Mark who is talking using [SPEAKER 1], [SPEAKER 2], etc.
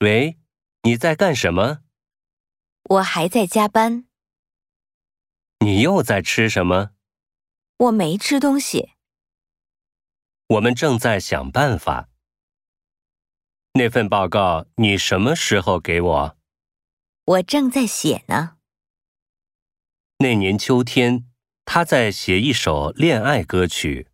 [SPEAKER 1] 喂，你在干什么？
[SPEAKER 2] 我还在加班，
[SPEAKER 1] 你又在吃什么？
[SPEAKER 2] 我没吃东西。
[SPEAKER 1] 我们正在想办法。那份报告你什么时候给我？
[SPEAKER 2] 我正在写呢。
[SPEAKER 1] 那年秋天，他在写一首恋爱歌曲。